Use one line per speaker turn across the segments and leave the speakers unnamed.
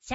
シ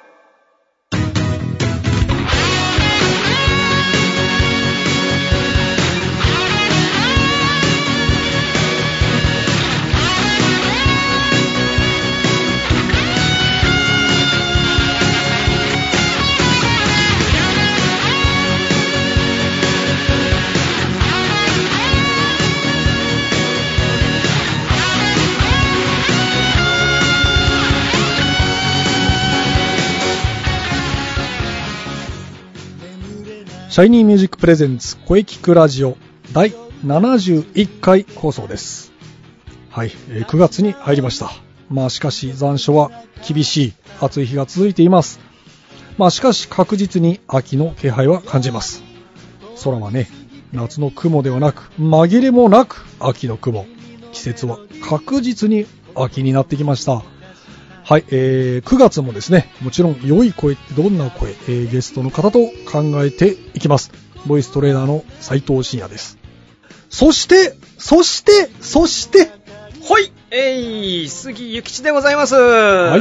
シャイニーミュージックプレゼンツ声聞くラジオ第71回放送です。はい、えー9月に入りました。まあしかし残暑は厳しい暑い日が続いています。まあしかし確実に秋の気配は感じます。空はね、夏の雲ではなく紛れもなく秋の雲。季節は確実に秋になってきました。はい、えー9月もですね、もちろん良い声ってどんな声、えーゲストの方と考えていきます。ボイストレーナーの斉藤慎也です。そして、そして、そして、
はい、えい、杉ゆきちでございます。。
は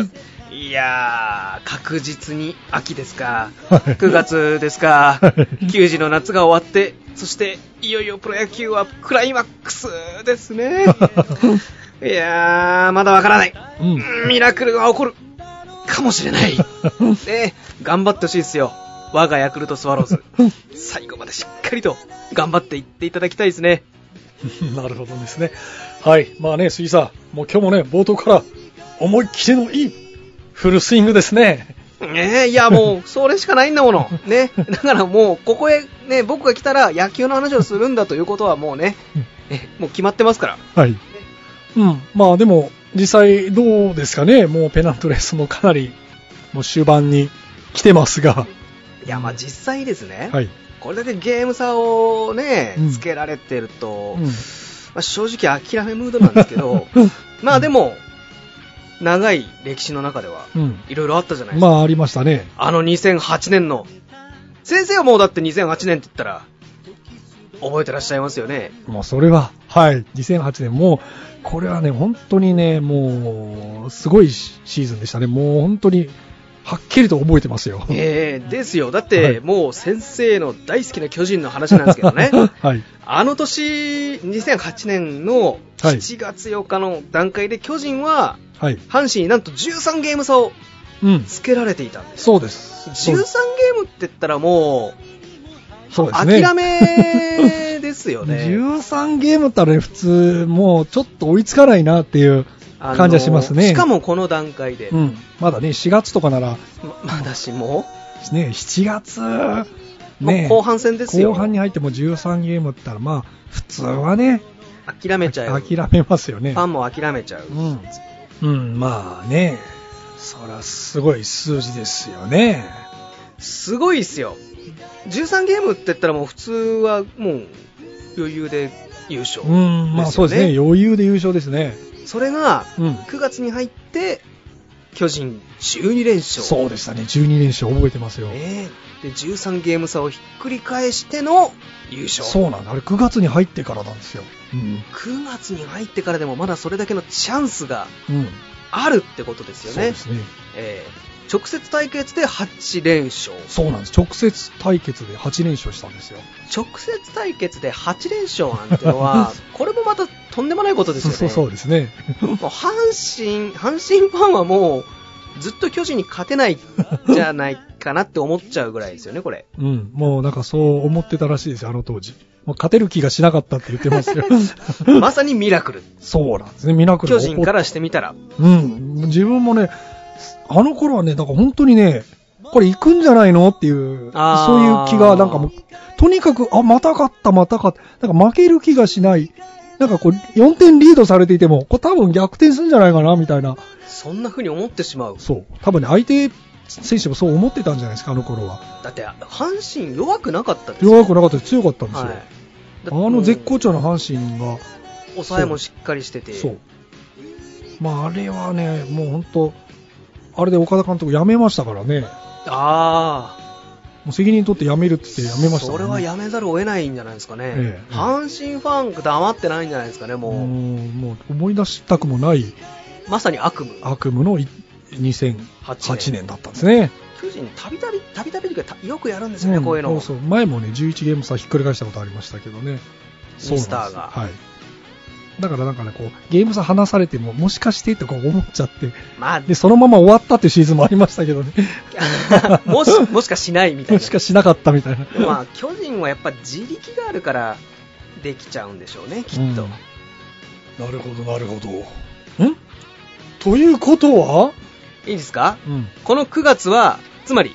い
やー、確実に秋ですか。
はい
9月ですか
は。い
球児の夏が終わって、そして、いよいよプロ野球はクライマックスです ね。いやー、まだわからない。
うん。
ミラクルが起こる。かもしれ ない。ね頑張ってほしいですよ。我がヤクルトスワローズ。最後までしっかりと頑張っていっていただきたいですね。
なるほどですね。はい。まあね、杉さん、もう今日もね、冒頭から思いっきりのいいフルスイングですね。
ねえ、いやもう、それしかないんだもの。ね。だからもう、ここへ、ね、僕が来たら野球の話をするんだということはもうね、えもう決まってますから。
はい。うん。まあでも、実際どうですかね。もうペナントレースもかなり、もう終盤に来てますが。
いや、まあ実際ですね、
はい。
これだけゲーム差をね
うん、
つけられてると、
うん
まあ正直諦めムードなんですけど、まあでも、長い歴史の中では、
うん。
いろいろあったじゃないです
ま
か。
あ、ありましたね。
あの2008年の、先生はもうだって2008年って言ったら、覚えてらっしゃいますよね。
もうそれは、はい、2008年、もう、これはね、本当にね、もう、すごいシシーズンでしたね。もう本当に、はっきりと覚えてますよ。
えー、ですよ、だっ
は
て、
い、
もう先生の大好きな巨人の話なんですけどね
はい。
あの年、2008年の
はい
7月8日の段階で、巨人は
はい。
阪神になんと13ゲーム差を
うん。
つけられていたんです。
そうです。
13
そう
ゲームって言ったらも
そう
う、
ですね。
諦めですよ ね。
13ゲームったらね普通、もうちょっと追いつかないなっていう
あの
感じはしますね。
しかもこの段階で、
うん、まだね、4月とかなら、
ままだしも、
ね、7月、
もう
ね、
後半戦ですよ
後半に入っても13ゲームったら、まあ、普通はね、
諦めちゃう、
諦めますよね。
ファンも諦めちゃう、
うん、うん、まあね、そりゃすごい数字ですよね。
すごいっすよ。13ゲームって言ったらもう普通はもう余裕で優勝。
うん、まあそうですね、余裕で優勝ですね。
それが
うん。
9月に入って巨人12連勝。
そうでしたね、12連勝覚えてますよ。
ねえで、13ゲーム差をひっくり返しての優勝。
そうなんだ、あれ9月に入ってからなんですよ。うん。
9月に入ってからでもまだそれだけのチャンスが
うん。
あるってことですよ
そう
ね
で。すね。
ええ直接対決で8連勝。
そうなんです。直接対決で8連勝したんですよ。
直接対決で8連勝なんての は、これもまたとんでもないことですよね。
そうそうですね。
もう阪神、阪神ファンはもう、ずっと巨人に勝てないんじゃないかなって思っちゃうぐらいですよね、こ れ。
うん。もうなんかそう思ってたらしいですよ、あの当時。もう勝てる気がしなかったって言ってます よ。
まさにミラクル。
そうなんですね。ミラクル
巨
が起こ
人
っ
からしてみたら。
うん、自分もね、あの頃はね、なんか本当にね、これ行くんじゃないのっていう、
あー
そういう気が、なんかもう、とにかく、あ、また勝った、また勝った、なんか負ける気がしない。なんかこう、4点リードされていても、これ多分逆転するんじゃないかな、みたいな。
そんな風に思ってしまう。
そう。多分ね、相手選手もそう思ってたんじゃないですか、あの頃は。
だって、阪神弱くなかったですよ。
弱くなかったし強かったんですよ。
はい。だ
あの絶好調の阪神が、
抑えもしっかりしてて。
そう。まあ、あれはね、もう本当、あれで岡田監督辞めましたからね。
ああ。
もう責任取って辞めるって言って辞めました
それはやめざるを得ないんじゃないですかね。
ええ
阪神ファンが黙ってないんじゃないですかね、もう。
もうもう思い出したくもない
まさに悪夢。
悪夢のい2008年だったんですね。
巨人、たびたび、たびたびというか、たよくやるんですよね、
ん
こういうの。
そうそう前もね11ゲーム差ひっくり返したことありましたけどねそうなんです
ミスターが
はいだからなんかねこうゲーム差離されてももしかしてとか思っちゃって
まあ、
でそのまま終わったっていうシーズンもありましたけどね
もし、もしかしないみたい
も
な。
しかしなかったみたいな
まあ、巨人はやっぱ自力があるから、できちゃうんでしょうね、きっと。
うんなるほどなるほどんということはい
いですか
うん
この9月は、つまり、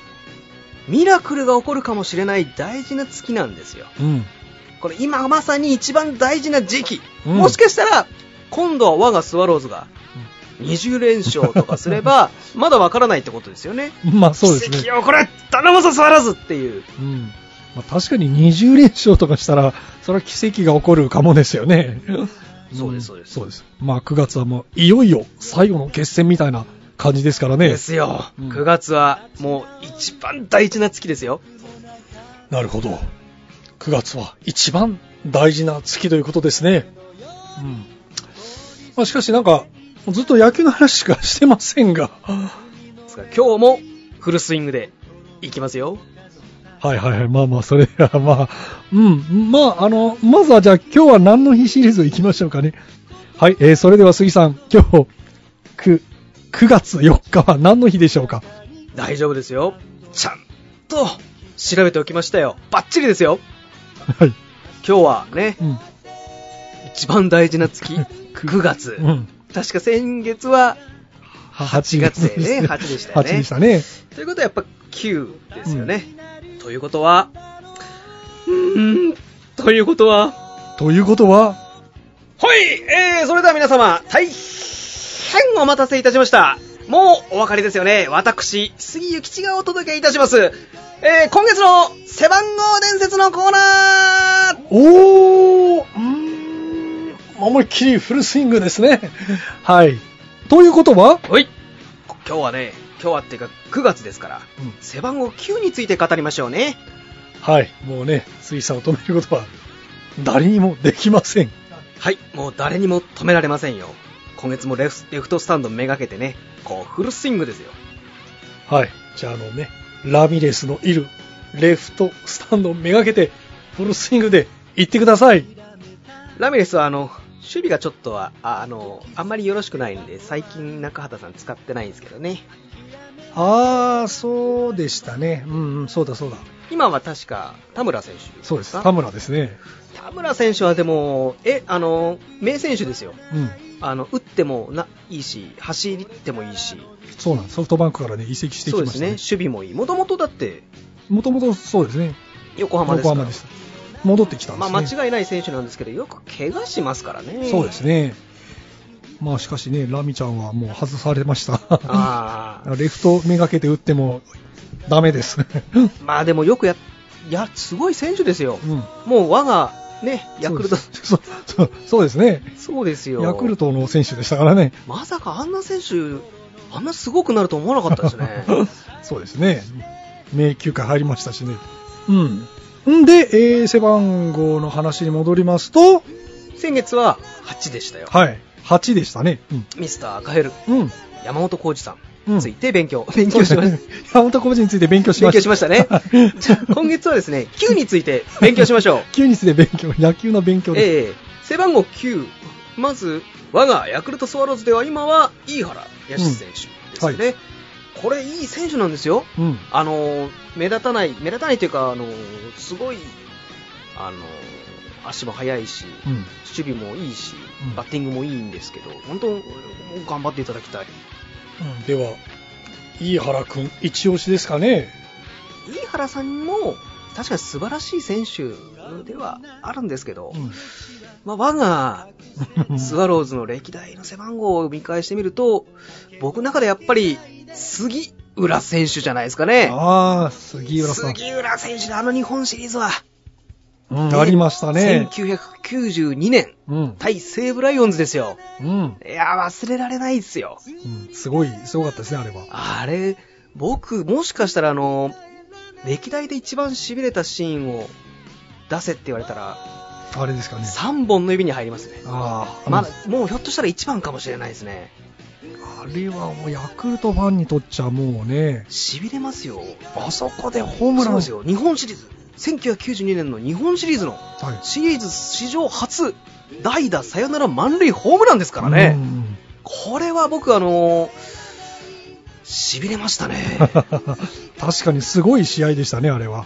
ミラクルが起こるかもしれない大事な月なんですよ。
うん
これ今まさに一番大事な時期。
うん
もしかしたら、今度は我がスワローズが20連勝とかすれ ば、まだわからないってことですよね。
まあそうですね
奇、跡をこれ、頼むぞスワローズっていう。
うんまあ、確かに20連勝とかしたらそれは奇跡が起こるかもですよね
そうです
ん
そうです
そうですまあ9月はもういよいよ最後の決戦みたいな感じですからね
ですよ。
うん
9月はもう一番大事な月ですよ。
なるほど9月は一番大事な月ということですねうん、まあ、しかしなんかずっと野球の話しかしてませんが
ですから今日もフルスイングでいきますよ。
はいはいはいまあまあそれはまあうんまああのまずはじゃあ今日は何の日シリーズいきましょうかねはい、えー、それでは杉さん今日 9, 9月4日は何の日でしょうか
大丈夫ですよ。ちゃんと調べておきましたよ。バッチリですよ。
はい、
今日はね
う、ん
一番大事な月、9月。
うん、
確か先月は、
8
月でね8でしたよね
8でしたね
ということはやっぱ9ですよね。ということは、うーん、ということは、
ということは
はい、えー、それでは皆様、大変お待たせいたしました。もうお分かりですよね。私、杉ゆきちがお届けいたします。えー、今月の背番号伝説のコーナー
おー、うーん、思いっきりフルスイングですね。はい。ということは、
はい。今日はね、今日はっていうか9月ですから、
うん
背番号9について語りましょうね。
はい、もうね、水産を止めることは、誰にもできません。
はい、もう誰にも止められませんよ。今月もレフレフトスタンドめがけてね、こうフルスイングですよ。
はい。じゃあ、あのね、ラミレスのいるレフトスタンドめがけて、フルスイングで行ってください。
ラミレスはあの守備がちょっとはああのあんまりよろしくないんで最近中畑さん使ってないんですけどね
あー、そうでしたね。うん、うん、そうだそうだ。
今は確か田村選手
そうです。
か
田村ですね。
田村選手はでもえあの名選手ですよ
うん。
あの打ってもないいし走ってもいいし
そうなんですソフトバンクからね、移籍してき
そう
ま
で
し
す
た
ね
ね
守。備もいいもともとだって
もともとそうですね。
横浜ですから
た。戻ってきたんです
ま
ね。
あ、間違いない選手なんですけどよく怪我しますからね
そうですね。まあしかしね、ラミちゃんはもう外されました。
ああ
レフトめがけて打ってもダメです。 う
まあでもよくやいやすごい選手ですよ、
ん。
もう我がねヤクルト
そうですそうそうそうですね。
そうですよ。
ヤクルトの選手でしたからね。
まさかあんな選手、あんなすごくなると思わなかったですね。
そうですね。名球会入りましたしね。うん。んで、えー背番号の話に戻りますと、
先月は8でしたよ。
はい。8でしたね。
ミスターカエル、
うん。うん。
山本浩二さん
うん
について勉強、勉強しました。
た。本当個人について勉強し ま
勉
した。。
強しましたねじゃあ今月はですね、9について勉強しまし ょう。
9日で勉強、野球の勉強です。
ええ背番号9。まず、我がヤクルトスワローズでは今は飯原康選手ですよね、
うんは
これいい選手なんですよ。
うん。
あのー目立たない、目立たないというか、あのーすごい、あのー足も速いし、
うん。
守備もいいし
うん、
バッティングもいいんですけど、本当、もう頑張っていただきたい。
うんでは飯原君一押しですかね
飯原さんも、確かに素晴らしい選手ではあるんですけど、まあ、我がスワローズの歴代の背番号を見返してみると、僕の中でやっぱり、杉浦選手じゃないですかね。
ああ杉浦さん、
杉浦選手のあの日本シリーズは、
うんありましたね
1992年、
うん、
対西武ライオンズですよ。
うん
いや、忘れられないですよ。
うん、すごいすごかったですねあれは
あれ、僕、もしかしたらあの、歴代で一番痺れたシーンを出せって言われたら、
あれですかね
3本の指に入りますね。
ああ
まだ、もうひょっとしたら1番かもしれないですね。
あれはもうヤクルトファンにとっちゃもうね、
痺れますよ。
あそこでホーム
そう
ラン
ですよ。日本シリーズ。1992年の日本シリーズの
はい
シリーズ史上初代打サヨナラ満塁ホームランですから
う
ね。
ん
これは僕あのー、痺れましたね。
確かにすごい試合でしたね、あれは。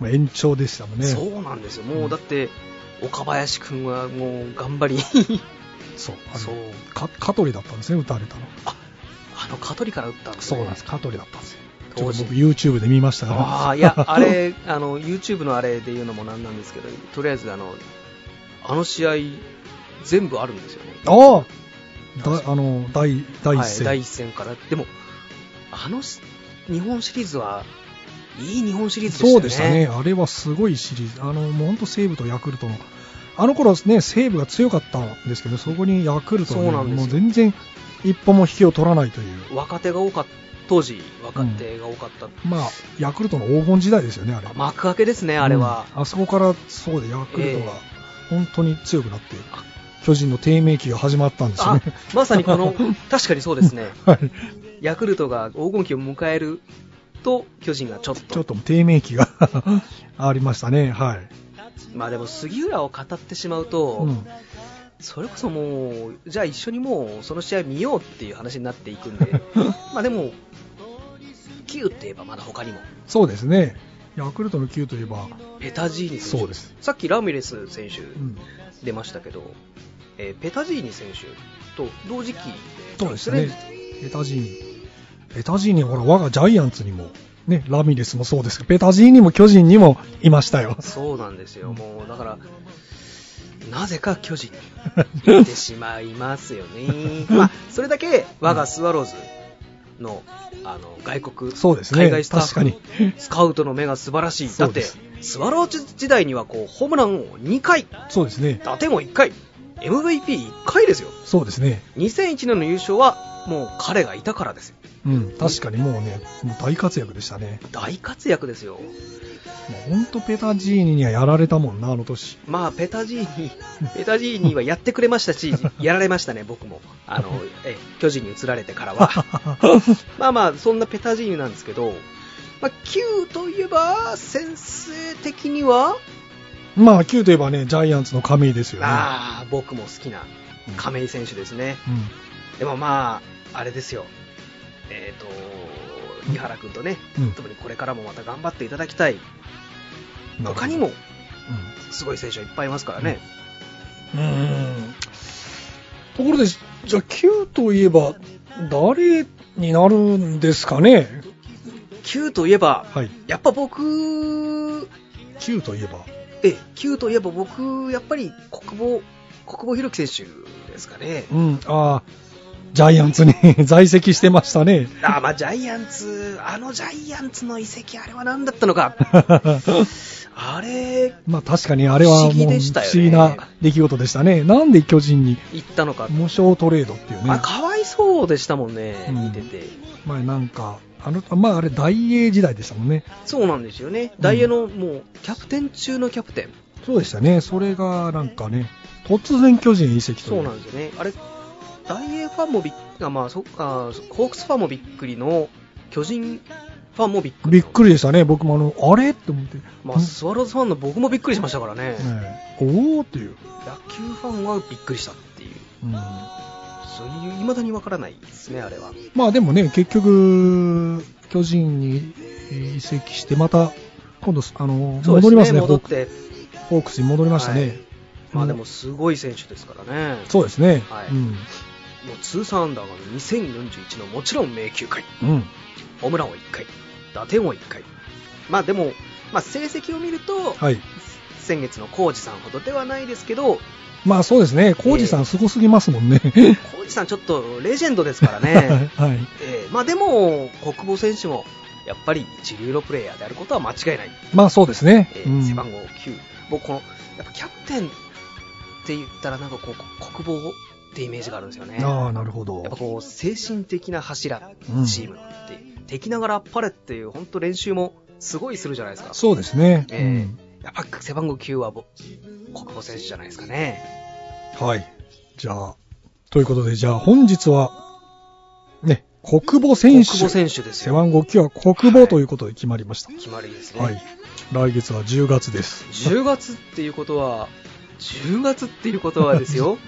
まあ延長でしたもんね。
そうなんですよ。もうだって、岡林くんはもう頑張り。
そう。あ
そう
の。か香取だったんですね、打たれたの。
あの、香取から打ったんです、
そう
ね。
なんです、香取だったんですよ。ちょ
当
っと
時
僕 YouTube で見ましたから。
ああ、いや、あれ、あの、YouTube のあれで言うのもなんなんですけど、とりあえず、あの、あの試合、全部あるんですよね。
ああだあの第第一
はい
戦、
第一戦から。でも、あのし、日本シリーズは、いい日本シリーズでしたね。
そうでしたね、。あれはすごいシリーズ、あのもう本当、西武とヤクルトの、あの頃ね西武が強かったんですけど、そこにヤクルトがね、
そうなんですよ
もう全然一歩も引きを取らないという、
若手が多かった、当時、若手が多かった。
まあ、ヤクルトの黄金時代ですよね、あれ、
幕開けですね、あれは。
うんあそこからそうでヤクルトが
え
本当に強くなって、巨人の低迷期が始まったんですよ
あ
ね。
まさにこ の、確かにそうですね、
はい
ヤクルトが黄金期を迎えると、巨人がちょっと、
ちょっと低迷期が ありましたね、はい。
まあでも杉浦を語ってしまうと、
うん
それこそもう、じゃあ一緒にもうその試合見ようっていう話になっていくん で、まあでも、キューって言えばまだ他にも、
そうですね、ヤクルトの9といえば、
ペタジーニ選
そう
手、
です
さっきラミレス選手
うん、
出ましたけど、えーペタジーニ選手と同時期
そうですね、ペタジーニ、ペタジーニ、ほら、我がジャイアンツにも、ね、ラミレスもそうですけど、ペタジーニも巨人にもいましたよ。
そうなんですよ、
うん
もうだから、なぜか巨人に行ってしまいますよ ね、まあ、それだけ我がスワローズのあの外国、
そうですね
海外スタッフ
確かに
スカウトの目が素晴らしい、
そ
だ
う
っ
で
て
す
スワローズ時代にはこうホームランを2回、
そうですね、
打点を1回、MVP1 回ですよ、
そうですね、
2001年の優勝はもう彼がいたからですよ、
うん、確かにもうね、もう大活躍でしたね、
大活躍ですよ。
本当、ペタジーニにはやられたもんな、あの年。
まあ、ペタジーニ、ペタジーニはやってくれましたし、やられましたね、僕も。あの、え、巨人に移られてから は。まあまあ、そんなペタジーニなんですけど、まあ、Q といえば、先生的には、
まあ、9といえばね、ジャイアンツの亀井ですよね。
ああ、僕も好きな亀井選手ですね。
うん
でもまあ、あれですよ。えっ、と、井原君とね、
うん
特にこれからもまた頑張っていただきたい。
なるほど
他にも、
うん
すごい選手はいっぱいいますからね。
うーんところで、じゃあ、9といえば、誰になるんですかね
Q といえば、
はい。
やっぱ僕、
9といえば、
ええ、旧といえば僕、やっぱり国防、国防弘樹選手ですかね。
うん、ああ、ジャイアンツに 在籍してましたね。
ああまあ、ジャイアンツ、あのジャイアンツの移籍、あれは何だったの か。あれ、
まあ確かにあれはもう
不思議でし
不
たよ
思
ね
議な出来事でしたね。なんで巨人に
行ったのか。
無償トレードっていうね
あれ、。かわいそうでしたもんね、
うん
見てて。
前なんか、あの、まああれ大英時代でしたもんね。
そうなんですよね。
ん
ダイエの、もう、キャプテン中のキャプテン。
そうでしたね。それがなんかね、突然巨人移籍とい
そうなんですよね。あれ、ダイエーファンもびっあ、まあ、そあーホークスファンもびっくりの、巨人ファンもびっくり
びっ
の。
くりでしたね。僕もあの、あれって思って。
まあ、スワローズファンの僕もびっくりしましたからね。
ねおおっていう、
野球ファンはびっくりしたっていう、
ま
そういう、未だにわからないですね、あれは。
あでもね結局巨人にえー移籍してまた今度あの
そう
戻りますね
戻っ
ホーク
て、
ホークスに戻りましたね、
はいまあで
う
も
ん
すごい選手ですからね、
そうですね
はい
うん、
もう通算アンダーが2041のもちろん名球会、
うん、
ホームランを1回、打点を1回、まあでも、まあ、成績を見ると、
はい
先月の浩二さんほどではないですけど、
まあそうですね浩二さんすごすぎますもんね、
浩二さん、ちょっとレジェンドですから ね、
はい
ええまあでも、国防選手もやっぱり一流のプレーヤーであることは間違いない。
まあそうですね、
え
う
ー
ん
背番号9、僕このやっぱキャプテンって言ったらなんかこうこ国防ってイメージがあるんですよね。やっ
ああなるほど
ぱこう精神的な柱、
うん
チームのって敵ながらあっぱれっていう本当練習もすごいするじゃないですか。
そうですね、
えーやっぱ背番号9は僕国防選手じゃないですかね。
うん、はいじゃあということでじゃあ本日はね、国母選
国保
手。
選手です
背
よ。
番号9は国母ということで決まりました。
決まりですね。
はい。来月は10月です。
10月っていうことは、10月っていうことはですよ。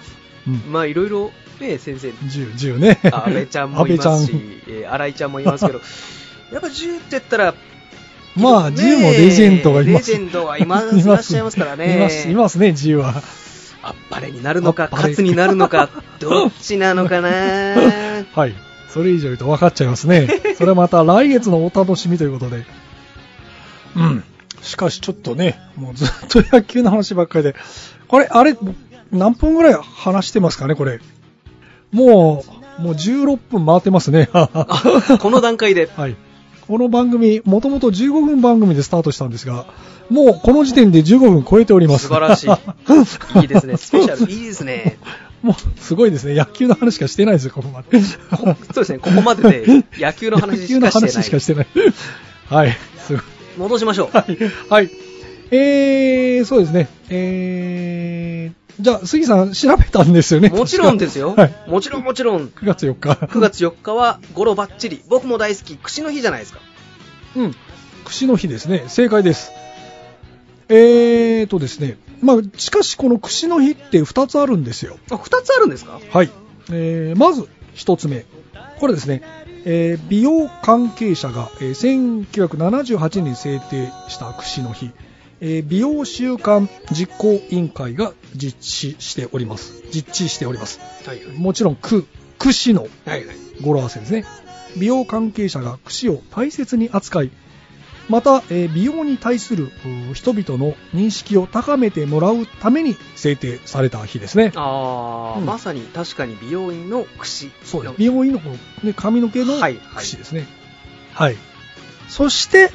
うん。
まあいろいろ、ね、先生、
10、10ね。
あ安倍ちゃんもいますし、えー新井ちゃんもいます けど、やっぱ10って言ったら、
まあ、
ね
10もレジェンドがいます。
レジェンドがいますいらっしゃいますからね
います、いますね、10は。
あっぱれになるの
あ
か、
っぱれ
勝つになるのか、どっちなのかな
はい。それ以上言うと分かっちゃいます ね。それはまた来月のお楽しみということで。うん。しかしちょっとね、もうずっと野球の話ばっかりで。これ、あれ、何分ぐらい話してますかね、これ。もう、もう16分回ってますね。
あこの段階で。
はい。この番組、もともと15分番組でスタートしたんですが、もうこの時点で15分超えております。
素晴 らしい。いいですね。スペシャル、いいですね。
もう、すごいですね。野球の話しかしてないですよ、ここまで。
こそうですね、ここまでで野球の話しかしてない。
野球の話しかしてない。はい。すごい。
戻しましょう。
はい。はい。えー、そうですね。えー、じゃあ、杉さん調べたんですよね。
もちろんですよ。
はい。
もちろんもちろん。
9月4日。
9月4日は語呂ばっちり。僕も大好き。串の日じゃないですか。
うん。串の日ですね。正解です。えーとですね。まあ、しかしこの串の日って2つあるんですよ。
あ、2つあるんですか
はい。えー、まず1つ目。これですね。えー美容関係者が、えー1978年に制定した串の日。えー美容習慣実行委員会が実施しております。実施しております。
はい
もちろん、く、串の
はいはい。
語呂合わせですね美容関係者が櫛を大切に扱いまた、えー美容に対するうー人々の認識を高めてもらうために制定された日ですね
あー、
うん
まさに確かに美容院の櫛。
そうです美容院のこの、ね、髪の毛の
はいはい
櫛ですねはい、そして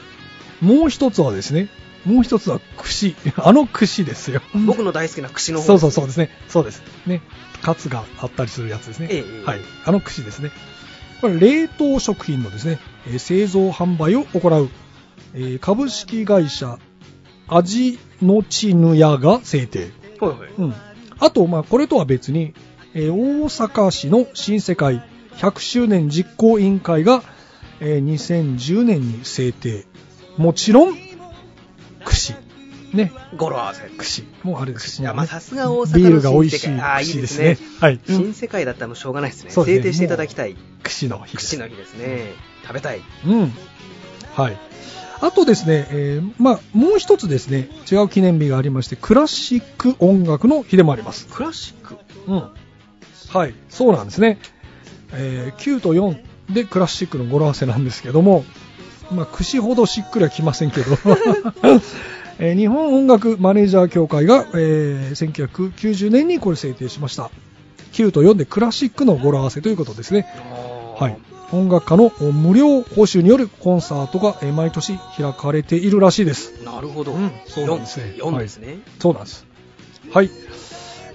もう一つはですねもう一つは櫛 あの櫛ですよ
僕の大好きな櫛の方。
そうそうそうですね。そうです。ね。カツがあったりするやつですね。
ええ
はい。あの串ですね。これ、冷凍食品のですね、えー製造販売を行う、えー株式会社、味のちぬやが制定。
う。はいはい。
うん。あと、まあ、これとは別に、えー大阪市の新世界100周年実行委員会が、えー2010年に制定。もちろん、串。ね。
語呂合わせ。
串。もうあれです
い
ね。
やまあさすが大阪の
ビールが美味しい
新世界あーいい
串
で
ですす
ね
ね。はい。
新世界だったらもうしょうがないですね。
そうですね
制定していただきたい。
串の日です
櫛の日ですね。食べたい。
うん。はい。あとですね、えーまあ、もう一つですね、違う記念日がありまして、クラシック音楽の日でもあります。
クラシック
うん。はい。そうなんですね。えー9と4でクラシックの語呂合わせなんですけども、まあ、串ほどしっくりはきませんけど、えー日本音楽マネージャー協会が、えー1990年にこれ制定しました。9と4でクラシックの語呂合わせということですね。は、
はい
音楽家のお無料報酬によるコンサートがえー毎年開かれているらしいです。
なるほど。
うんそうなんですね
4、4ですね。
そうなんです。はい。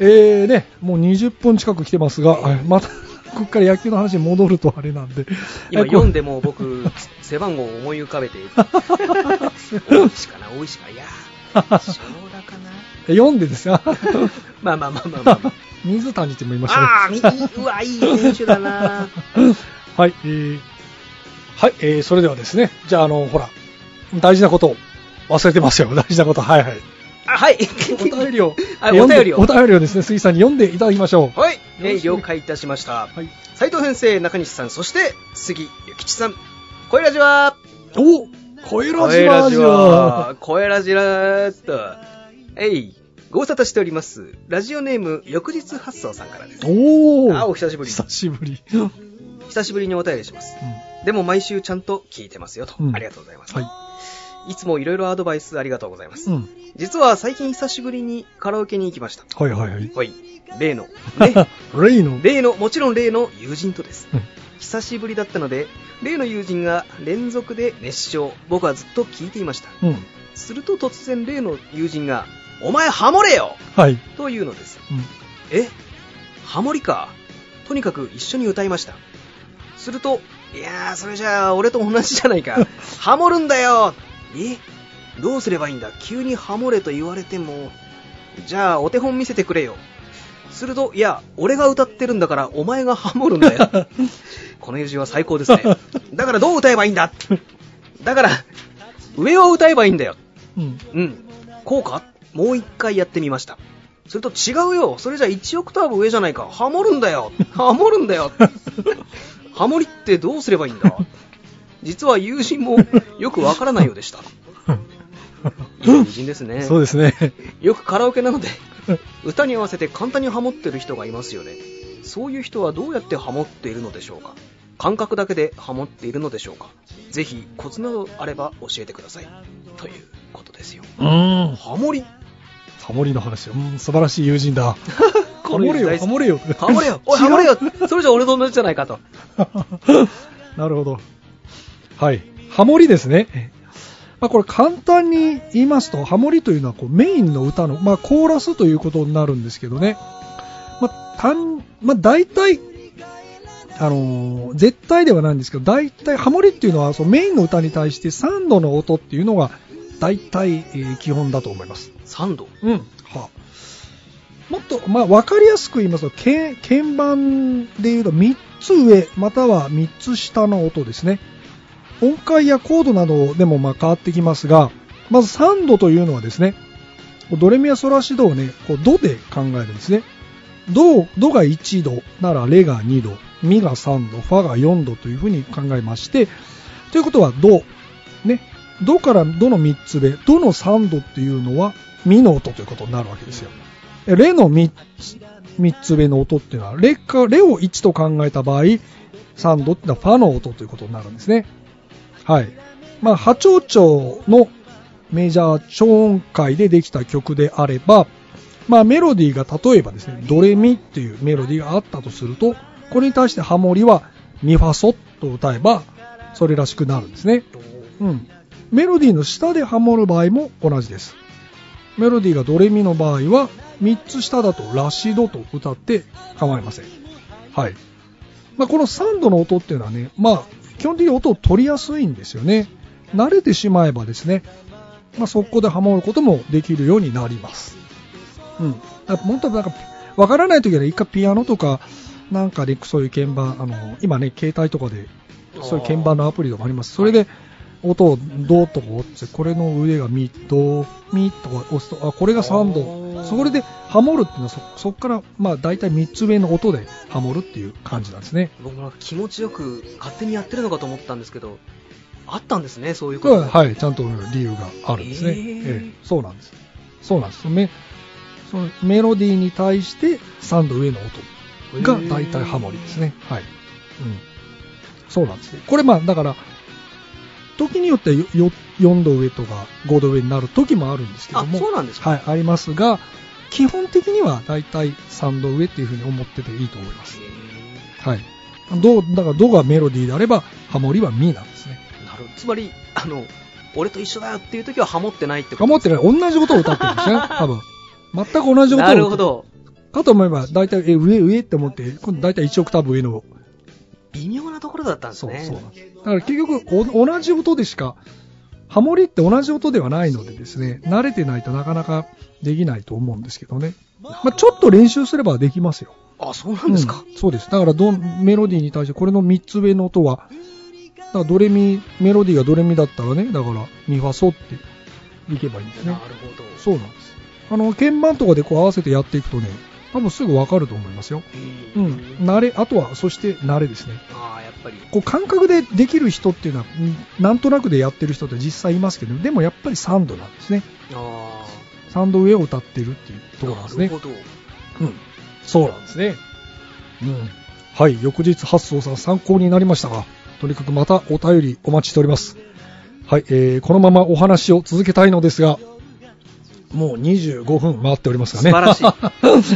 えーね、もう20分近く来てますが、はいまた、 こっから野球の話に戻るとあれなんで。
今
えーこう
4でもう 僕、背番号を思い浮かべて、大石かな、大石かな、いやー、 正田かな。
4でで すよ。
まあまあまあまあまあまあ。
水谷ってもいましたね。
ああ、みいうわ、いい選手だな。
はい、えーはい、えーそれではですね、じゃあ、あの、ほら、大事なことを忘れてますよ。大事なこと、はい はい。
あはい。、
お便りを
あお便りを
読んでお便りをですね、杉さんに読んでいただきましょう。
はい、ね、了解いたしました。
はい。
斉藤先生、中西さん、そして、杉ゆきちさん。声ラジは、
お声ラジラジは
は、声ラジラっと。えい、ご無沙汰しております。ラジオネーム、翌日発送さんからです。
おお
あお久しぶり
久しぶり。
久しぶりにお便りします。
う
でも毎週ちゃんと聞いてますよと。
うん
ありがとうございます。、
はい
つもいろいろアドバイスありがとうございます。
ん。うん。
実は最近久しぶりにカラオケに行きました。
はいはいはい。
はい。例の、ね、
レイの。
例の、もちろん例の友人とです
うん。
久しぶりだったので、例の友人が連続で熱唱、僕はずっと聞いていました。
うん。
すると突然例の友人が、お前ハモれよ
はい。
というのです。
うん
えハモリかとにかく一緒に歌いましたすると「いやーそれじゃあ俺と同じじゃないかハモるんだよえ」どうすればいいんだ急にハモれと言われてもじゃあお手本見せてくれよすると、いや、俺が歌ってるんだから、お前がハモるんだよ。この友人は最高ですね。だからどう歌えばいいんだだから、上を歌えばいいんだよ。
うん。
うん。こうかもう一回やってみました。それと違うよ。それじゃ1オクターブ上じゃないか。ハモるんだよ。ハモるんだよ。 ハモりってどうすればいいんだ実は友人もよくわからないようでした。いい友人ですね。
そうです ね。
よくカラオケなので、歌に合わせて簡単にハモってる人がいますよね。そういう人はどうやってハモっているのでしょうか感覚だけでハモっているのでしょうかぜひコツなどあれば教えてください。ということですよ。
うん。ハ
ハモリ
モリの話。うん、素晴らしい友人だ。ハモれよ、ハモれ
よ
よ。
ハモれよおい、ハモれよそれじゃ俺と同じじゃないかと。
なるほど。はい。ハモリですね。まあ、これ簡単に言いますと、ハモリというのはこうメインの歌の、まあ、コーラスということになるんですけどね。まあ、たんまあ、大体、あのー絶対ではないんですけど、大体ハモリっていうのはそのメインの歌に対して3度の音っていうのが大体、えー基本だと思います。
サンド。
うん。はあもっと、まあ、わかりやすく言いますと、け鍵盤で言うと3つ上、または3つ下の音ですね。音階やコードなどでもまあ変わってきますが、まず3度というのはですね、こうドレミアソラシドをね、こうドで考えるんですね。ド、ドが1度ならレが2度、ミが3度、ファが4度というふうに考えまして、ということはド、ね、ドからドの3つ目、ドの3度っていうのは、ミの音ということになるわけですよ。えレの3つ、三つ目の音っていうのは、レか、レを1と考えた場合、3度っていうのはファの音ということになるんですね。はい。まあ、波長長のメジャー超音階でできた曲であれば、まあ、メロディーが例えばですね、ドレミっていうメロディーがあったとすると、これに対してハモリはミファソと歌えば、それらしくなるんですね。うん。メロディーの下でハモる場合も同じです。メロディーがドレミの場合は、3つ下だとラシドと歌って構いません。はい。まあ、この3度の音っていうのはね、まあ、基本的に音を取りやすいんですよね。慣れてしまえばですね、まあ、速攻でハモることもできるようになります。うん。だからもっとなんか、わからないときはね一回ピアノとか、なんかで、そういう鍵盤、あの、今ね、携帯とかで、そういう鍵盤のアプリとかあります。それで、音をドとか押して、これの上がミ、ド、ミとか押すと、あ、これが3
あ
度。
ー
そこでハモるっていうのはそ、そこから、まあ、大体3つ上の音でハモるっていう感じなんですね。
僕もなんか気持ちよく勝手にやってるのかと思ったんですけど、あったんですね、そういう
こ
こ
れ
と
は、
が。
はい、ちゃんと理由があるんですね。
え
え
ー
えそうなんです。そうなんです。メそのメロディーに対して3度上の音が大体ハモリですね。はい。うん。そうなんですね。これまあ、だから、時によってよよ4度上とか5度上になる時もあるんですけど
あ、
も、
そうなんですか、
はい、ありますが、基本的には大体3度上っていうふうに思ってていいと思います。
え
はい。どう、だから、どがメロディーであれば、ハモリはミなんですね。
ーなるほど。つまり、あの、俺と一緒だよっていう時はハモってないってこと
ハモってない。同じことを歌ってるんですね。 多分。全く同じことを歌って
なるほ。ど。
かと思えば、だいたい、え、上、上って思って、今度だいたい1オクターブ上の。
微妙なところだったんです
そう
ね。
そう。だから結局、お同じ音でしか、ハモリって同じ音ではないのでですね、慣れてないとなかなかできないと思うんですけどね。まあ、ちょっと練習すればできますよ。
あ、そうなんですか。
うんそうです。だからどん、メロディーに対して、これの3つ上の音は、だからドレミ、メロディーがドレミだったらね、だから、ミファソっていけばいいんですね
な。るほど。
そうなんです。あの、鍵盤とかでこう合わせてやっていくとね、多分すぐわかると思いますよ。う。
うんん。
慣れ、あとは、そして慣れですね。
ああ、やっぱり。
こう感覚でできる人っていうのは、うんなんとなくでやってる人って実際いますけど、でもやっぱり3度なんですね。
あ
3度上を歌ってるっていう
あ。
ところなんですね。
なるほど。
うん。そうなんですね。うん。はい。翌日発送さん参考になりましたが、とにかくまたお便りお待ちしております。はい。えー、このままお話を続けたいのですが、もう25分回っておりますがね。
素 晴らしい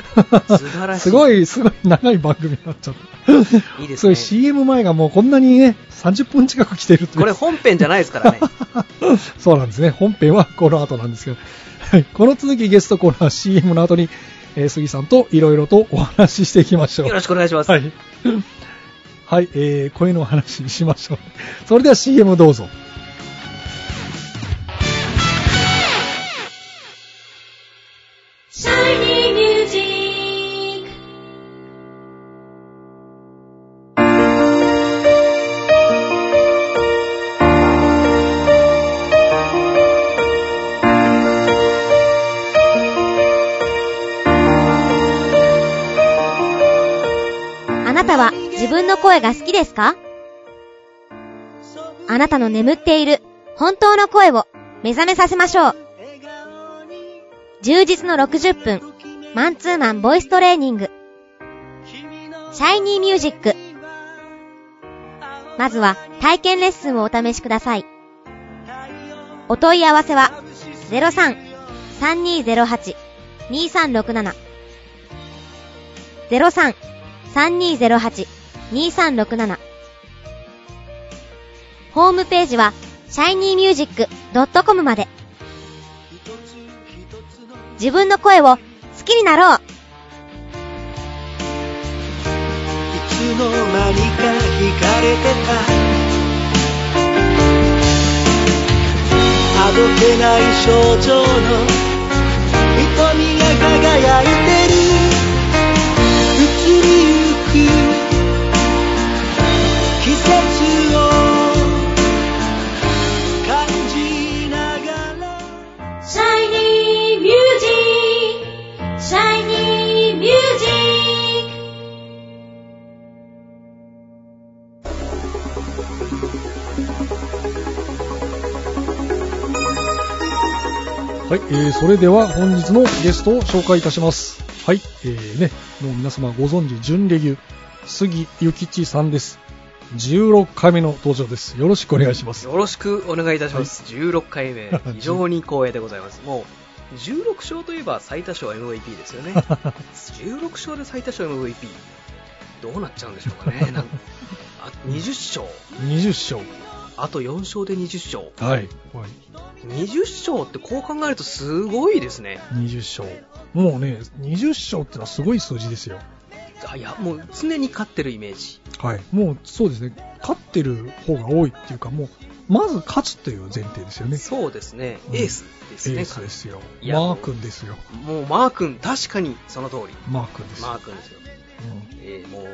素晴らしい
すごい、すごい長い番組になっちゃった。
いいです
そうい
ね
う。CM 前がもうこんなにね、30分近く来てるという
これ本編じゃないです からね。
そうなんですね。本編はこの後なんですけど。はいこの続きゲストコーナー CM の後に、えー杉さんといろいろとお話ししていきましょう
よ。ろしくお願いします。
はい。 はい、えー、声の話にしましょう。 それでは CM どうぞ。
シャイニーミュージック
声が好きですかあなたの眠っている本当の声を目覚めさせましょう。充実の60分、マンツーマンボイストレーニング。シャイニーミュージック。まずは体験レッスンをお試しください。お問い合わせは03-3208-2367 03-3208-2367ホームページは shinymusic.com まで自分の声を好きになろう
つの間にか惹かれてたあどけない症状の瞳が輝いてる移りゆく季節を感じながら
Shiny Music! Shiny Music!
はい、えー、それでは本日のゲストを紹介いたします。はい、えー、ね、もう皆様ご存知、準レギュ、杉ゆきちさんです。16回目の登場です。よろしくお願いします。
よろしくお願いいたします。16回 目、非常に光栄でございます。もう、16勝といえば最多勝 MVP ですよ ね。16勝で最多勝 MVP。どうなっちゃうんでしょうか ね。なんあ20勝。
20
あと4勝で20勝。
勝。はい。はい、
20勝ってこう考えるとすごいですね。
20勝。もうね、20勝ってのはすごい数字ですよ。
あいや、もう常に勝ってるイメージ。
はい。もうそうですね、勝ってる方が多いっていうか、もう、まず勝つという前提ですよね。
そうですね。
うん
エースですね。
エースですよ。
いや
マー君ですよ。
もうマー君、確かにその通り。
マー君ですよ。
マー君ですよ。えーもう
う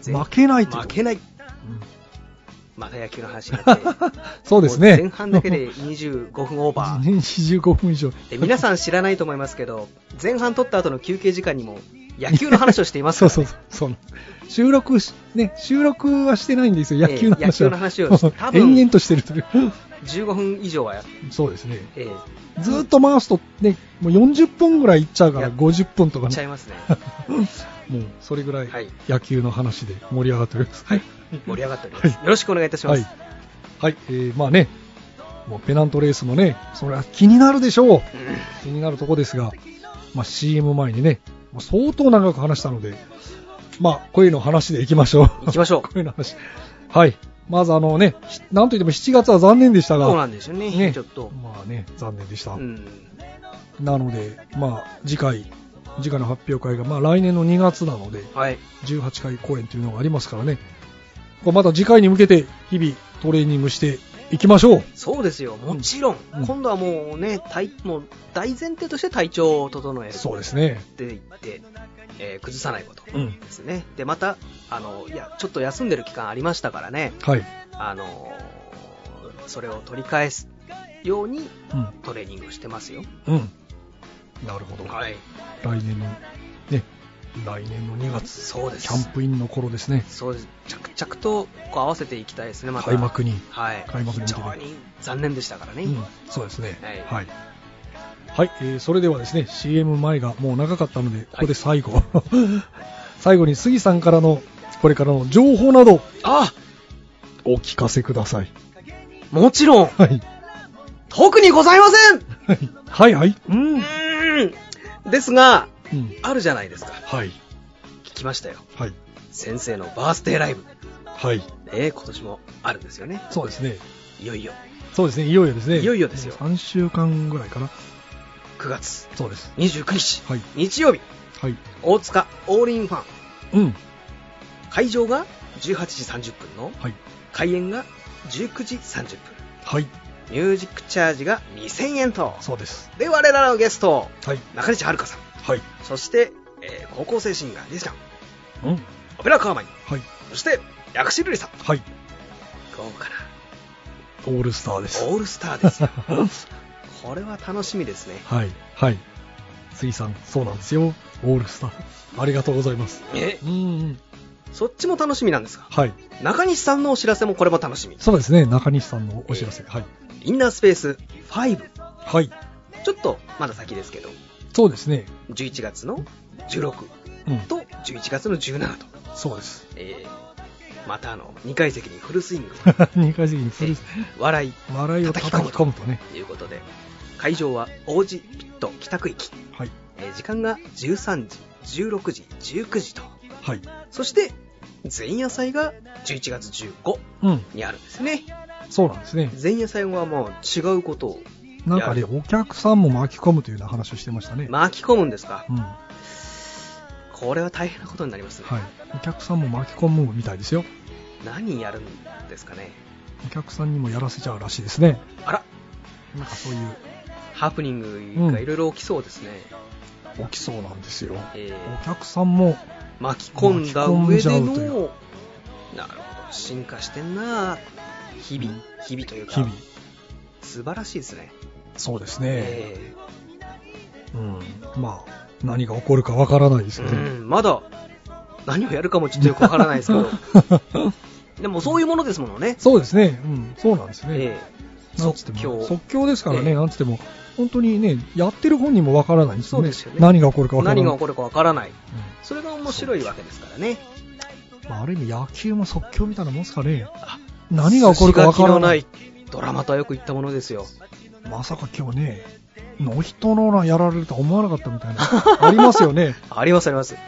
全、
ん、負けないという。
負けない。
うん
また野球の話になって。
そうですね。
も前半だけで25分オー バー。
25分以上。
で皆さん知らないと思いますけど、前半取った後の休憩時間にも野球の話をしています
そ
か
う
ら、ね。
そうそう。そう収録し、ね、収録はしてないんですよ。野球の
え
話は。
え野球の話を して多分
延々としてるという。
15分以上は、
そうですね。
えー
ずーっと回すとね、もう40分ぐらいいっちゃうから、
いや
50分とか
いっちゃい
ね。
ますね。
もう、それぐらい
はい
野球の話で盛り上がっております。はい。
盛り上がっております。よろしくお願いいたしま
は
す。
い。はい。えー、まあね、もうペナントレースもね、それは気になるでしょう。気になるとこですが、まあ CM 前にね、もう相当長く話したので、まあ、声の話でいきましょう。
行きましょう。
声の話。はい。まずあのね、ひなんといっても7月は残念でしたが、
そうなんですよね、
ね
ちょっと。
まあね、残念でした。
うん。
なので、まあ、次回、次回の発表会が、まあ来年の2月なので、
はい。
18回公演というのがありますからね、これまた次回に向けて日々トレーニングしていきましょう。
そうですよ、もちろん。
うん
今度はもうね、体もう大前提として体調を整える。
そうですね。
っていって、えー崩さないこと
うん。
ですね。で、また、あの、いや、ちょっと休んでる期間ありましたからね、
はい。
あのーそれを取り返すように
うん。
トレーニングをしてますよ。
うん。なるほど。
はい。
来年の、ね、来年の2月、
そうで
キャ
す
ン。プインの頃ですね、
そうです。着々とこう合わせていきたいですね、また。
開。幕に。
はい。
開幕に向
非
けて
常に残念でしたからね。
うん、そうですね。
はい
はい。はいえーそれではですね、CM 前がもう長かったので、ここで最後。 最後に杉さんからの、これからの情報など、
あ
お聞かせください。
もちろん、
はい。
特にございません
はい、はい。う
う
ん。
ーんですが、
うん。
あるじゃないですか。
はい。
聞きましたよ。
はい。
先生のバースデーライブ。
はい。
えー、今年もあるんですよね。
そうですね。
いよいよ。
そうですね。いよいよですね。
いよいよですよ
3週間ぐらいかな。
9月
そうです。
29日、
はい。
日曜日、
はい。
大塚オールインファン。
うん。
会場が18時30分の、
はい。
開演が19時30分。
はい。
ミュージックチャージが2000円と。
そうです。
で、我らのゲスト、
はい。
中西遥香さん。
はい。
そして、えー高校生シンガー、リスちゃん。
うん。
オペラカーマイン。
はい。
そして、薬師瑠璃さん。
はい。
豪華な、
オールスターです。。
オールスター ですよこれは楽しみですね。
はい、はい。杉さん、そうなんですよ。オールスター。ありがとうございます。
え
うんうん。
そっちも楽しみなんですが、
はい。
中西さんのお知らせもこれも楽しみ。
そうですね、中西さんのお知らせ。はい。
インナースペース5。
はい。
ちょっとまだ先ですけど、
そうですね。
11月の16
うん。
と11月の17と、
そうです。
えー、またあの、2階席にフルスイング、
二回席にフル
笑い
笑いを叩き込むとね。
ということで、会場は王子ピット北区域。
はい。
えー時間が13時、16時、19時と。
はい。
そして、前夜祭が11月15
うん。
にあるんですね。
そうなんですね。
前夜祭はもう違うことを
なんか
い
ね、
や
お客さんも巻き込むというような話をしてましたね。
巻き込むんですか
うん。は
これは大変なことになりますね。
い。お客さんも巻き込むみたいですよ。
何やるんですかね。
お客さんにもやらせちゃうらしいですね。
あら、
なんかそういう、
ハプニングがいろいろ起きそうですね。
起きそうなんですよ。
えー
お客さんも、
巻き込んだ上で
巻き込んじゃ
の、
う
なるほど、進化してんな日々、日々という
日
か
々、、
素晴らしいですね。
そうですね。
えー
うん。まあ、何が起こるかわからないですけど。
うん、まだ何をやるかもちょっとよくわからないですけど でもそういうものですものね、
そうですね。うん。そうなんですね。
ええ
なんつっても
即興
即興ですからね、
ええ
なんつっても、本当にね、やってる本人もわからないんですよ
そう
ね。
ですよね
何が起こるかわからない。
何が起こるかわからない
うん
それが面白いわけですからね
まあ、ある意味、野球も即興みたいなもんですかね。何が起こるか
筋書
わか
き
ら
の
な。
ないいドラマとはよく言ったものですよ
まさか今日ね、ノーヒットノーランやられるとは思わなか ったみたいな。ありますよね。
ありますあります
も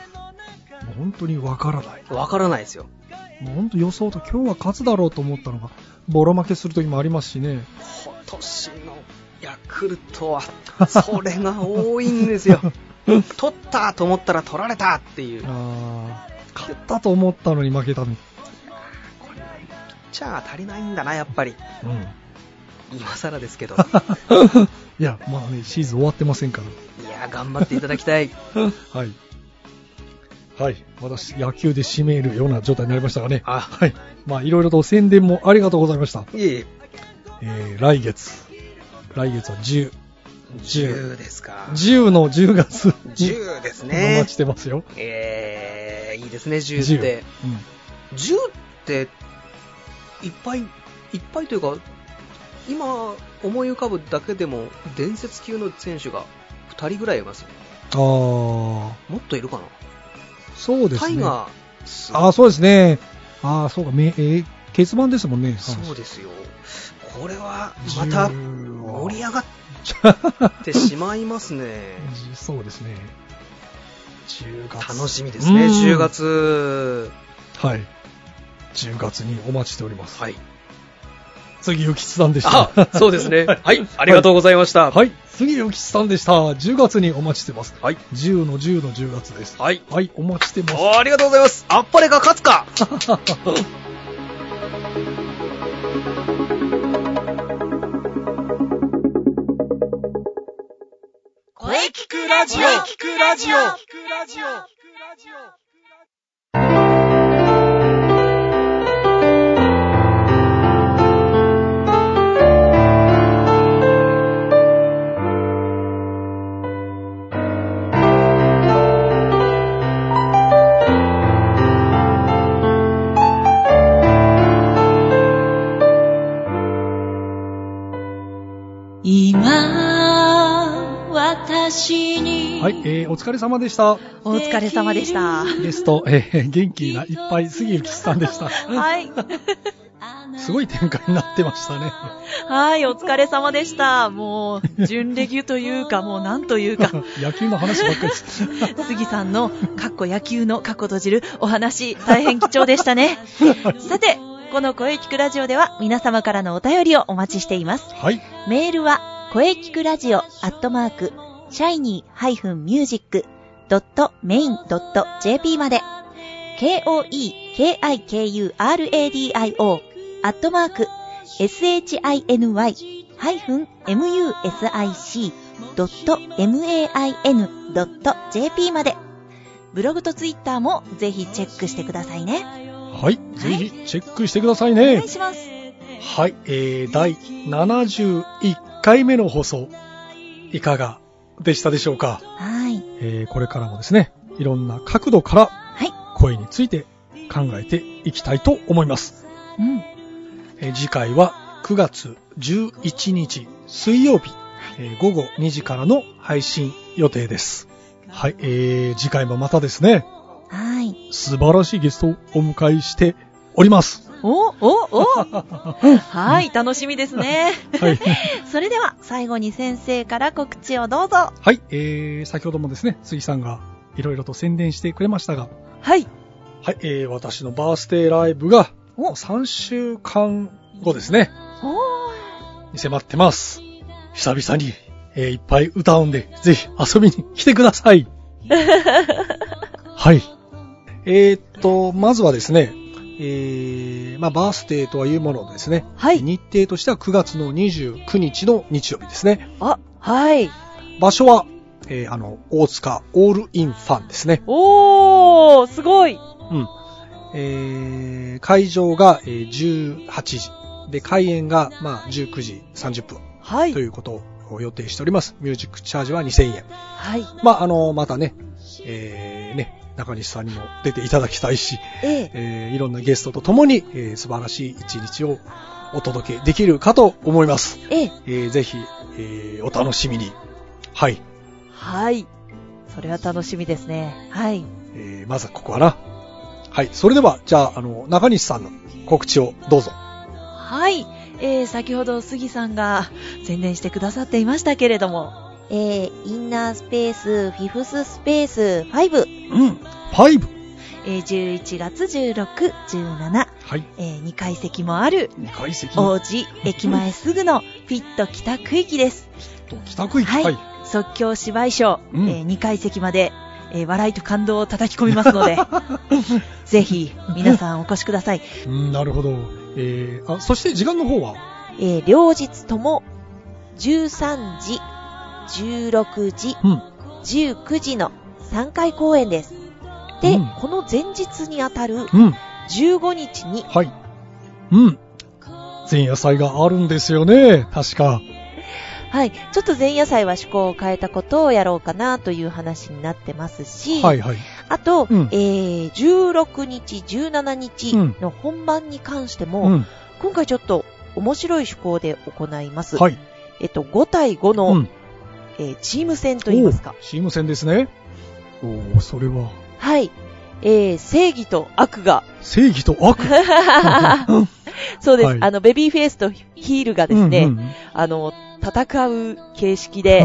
う本当にわからない。
わからないですよ
もう本当予想と今日は勝つだろうと思ったのが、ボロ負けする時もありますしね。
今年のヤクルトはそれが多いんです よ取ったと思ったら取られたっていうピ
あー勝ったと思ったのに負けたみ
ッチャーが足りないんだなやっぱり
うん。
今更ですけど
いや、まあね、シーズン終わってませんから。
いや頑張っていただきたい
はい。はい。私、野球で締めるような状態になりましたがね。
あ
はい。まあ、いろいろと宣伝もありがとうございました。
いえいえ
えー、来月。来月は10。10
10ですか。
10の10月に。
10です
お
ね
待ちし。てますよ。
えー、いいですね、10って。
うん。
10って、いっぱい、いっぱいというか、今思い浮かぶだけでも伝説級の選手が2人ぐらいいますよ。
あ
もっといるかな、
ー、そうですね。
タイガース。
あー、そうですね。あー、そうか、め、えー、欠番ですもんね。
そうですよ。これはまた
10は
盛り上がってしまいますね。
じ そうですね。10月。
楽しみですね、
うん
10月。
はい。10月にお待ちしております。
はい。
杉ゆきちさんでした。
あ、そうです ね。はい、ありがとうございました。
はい。杉ゆきちさんでした。10月にお待ちしてます。
はい。
10の10の10月です。
はい。
はい、お待ちしてます。
おーありがとうございます。あっぱれが勝つか。
声聞くラジオ聞くラジオ今私に
はい、えー、お疲れ様でした。
お疲れ様でした。
ゲスト、えー、元気ないっぱい杉ゆきちさんでした。
はい。
すごい展開になってました ね。
はい、お疲れ様でした。もう、準レギュというか、もうなんというか、
野球の話ばっかりです。
杉さんの、かっこ野球のかっこ閉じるお話、大変貴重でしたね。さて、この声聞くラジオでは、皆様からのお便りをお待ちしています。
はい。
メールは、声聞くラジオアットマーク、シャイニー -music.main.jp まで、k-o-e-k-i-k-u-r-a-d-i-o アットマーク、shiny-music.main.jp まで、ブログとツイッターもぜひチェックしてくださいね。
はい。ぜひ、チェックしてください
お
ね
願い。します。
はい、えー、第71回目の放送、いかがでしたでしょうか、
はい。
えー、これからもですね、いろんな角度から
はい。
声について考えていきたいと思います。
うん。
えー次回は9月11日水曜日、えー午後2時からの配信予定です。はい、えー、次回もまたですね、
はい。
素晴らしいゲストをお迎えしております。
お、 お、おはい、楽しみですね。
はい。
それでは、最後に先生から告知をどうぞ。
はい、えー、先ほどもですね、杉さんがいろいろと宣伝してくれましたが、
はい。
はい、えー、私のバースデーライブが、もう3週間後ですね、
おー
に迫ってます。久々に、えーいっぱい歌うんで、ぜひ遊びに来てください。はい。えーっと、まずはですね、えー、まあ、バースデーとはいうものですね。
はい
日程としては9月の29日の日曜日ですね。
あ、はい。
場所は、えーあの、大塚オールインファンですね。
おー、すごい。
うん。えー、会場が、えー18時。で、開演が、まあ、19時30分
はい
と。いうことを予定しております。ミュージックチャージは2000円。
はい。
まあ、あの、またね、えー、ね、中西さんにも出ていただきたいし、
ええ。
えー、いろんなゲストと共に、えー、素晴らしい一日をお届けできるかと思います。
ええ。
えー、ぜひ、えー、お楽しみに。はい。
はい。それは楽しみですね。はい。
えー、まずはここかな。はい。それでは、じゃあ、あの、中西さんの告知をどうぞ。
はい。えー、先ほど杉さんが宣伝してくださっていましたけれども。
えー、インナースペース、フィフススペース5、
うん。ファイブ。
えー、11月16、17、
はい。
えー、2階席もある、
2階席
王子駅前すぐのフィット北区域です。
と北区域。
はい
はい。
即興芝居賞、
うん
えー、2階席まで、えー、笑いと感動を叩き込みます ので、ぜひ皆さんお越しください。
うんなるほど。えー、あ、そして時間の方は
えー、両日とも13時、16時、
うん
19時の3回公演です。で、
うん
この前日にあたる
うん。
15日に、
はい。うん。前夜祭があるんですよね。確か。
はい、ちょっと前夜祭は趣向を変えたことをやろうかなという話になってますし、
はいはい。
あと、
うん
えー、16日、17日
うん
の本番に関しても、
うん。
今回ちょっと面白い趣向で行います。
はい。
えっと、5対5の、
うん。
えーチーム戦といいますか
お。うチーム戦ですね。おお、それは、
はい。えー正義と悪が。
正義 と悪。
そうです。
はい
あの、ベビーフェイスとヒールがですね、
うんうん
あの、戦う形式で、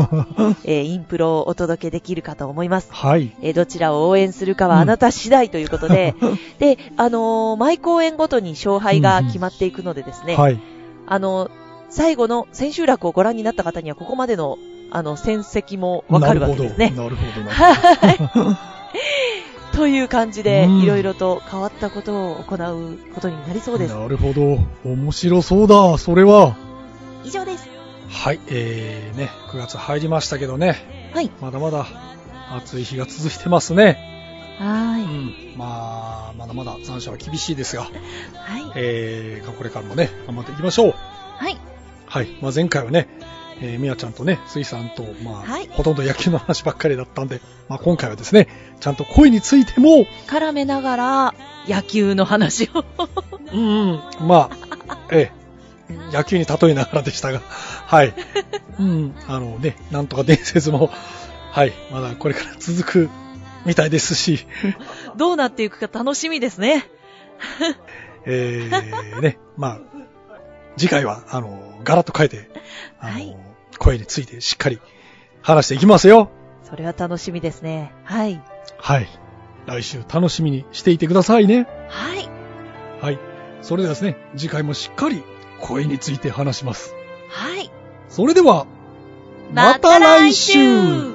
えーインプロをお届けできるかと思います。
はい。
えーどちらを応援するかは
うん
あなた次第ということ で、で、あのー毎公演ごとに勝敗が決まっていくのでですね、
はい。
あの、最後の千秋楽をご覧になった方には、ここまでの、あの、戦績もわかるわけですね。
なるほど。なるほど。
はい。という感じで
う、ん
いろいろと変わったことを行うことになり そうです。
なるほど。面白そうだ。それは。
以上です。
はい。えー、ね、9月入りましたけどね。
はい。
まだまだ暑い日が続いてますね。う
は
ん。まあ、まだまだ残暑は厳しいですが、
い。はい。
えー、これからもね、頑張っていきましょう。
はい。
はい、まあ、前回はね、えー、みやちゃんとね、すいさんと、まあ、
はい
ほとんど野球の話ばっかりだったんで、まあ、今回はですね、ちゃんと恋についても、
絡めながら、野球の話 を。
うん、まあ、ええ、野球に例えながらでしたが、はい、うん、あのね、なんとか伝説も、はい、まだこれから続くみたいですし、
どうなっていくか楽しみですね。
えー、ね、まあ、次回は、あの、ガラッと変えて、あの、
はい
声についてしっかり話していきますよ。
それは楽しみですね。はい。
はい。来週楽しみにしていてくださいね。
はい。
はい。それではですね、次回もしっかり声について話します。
はい。
それでは、
また来週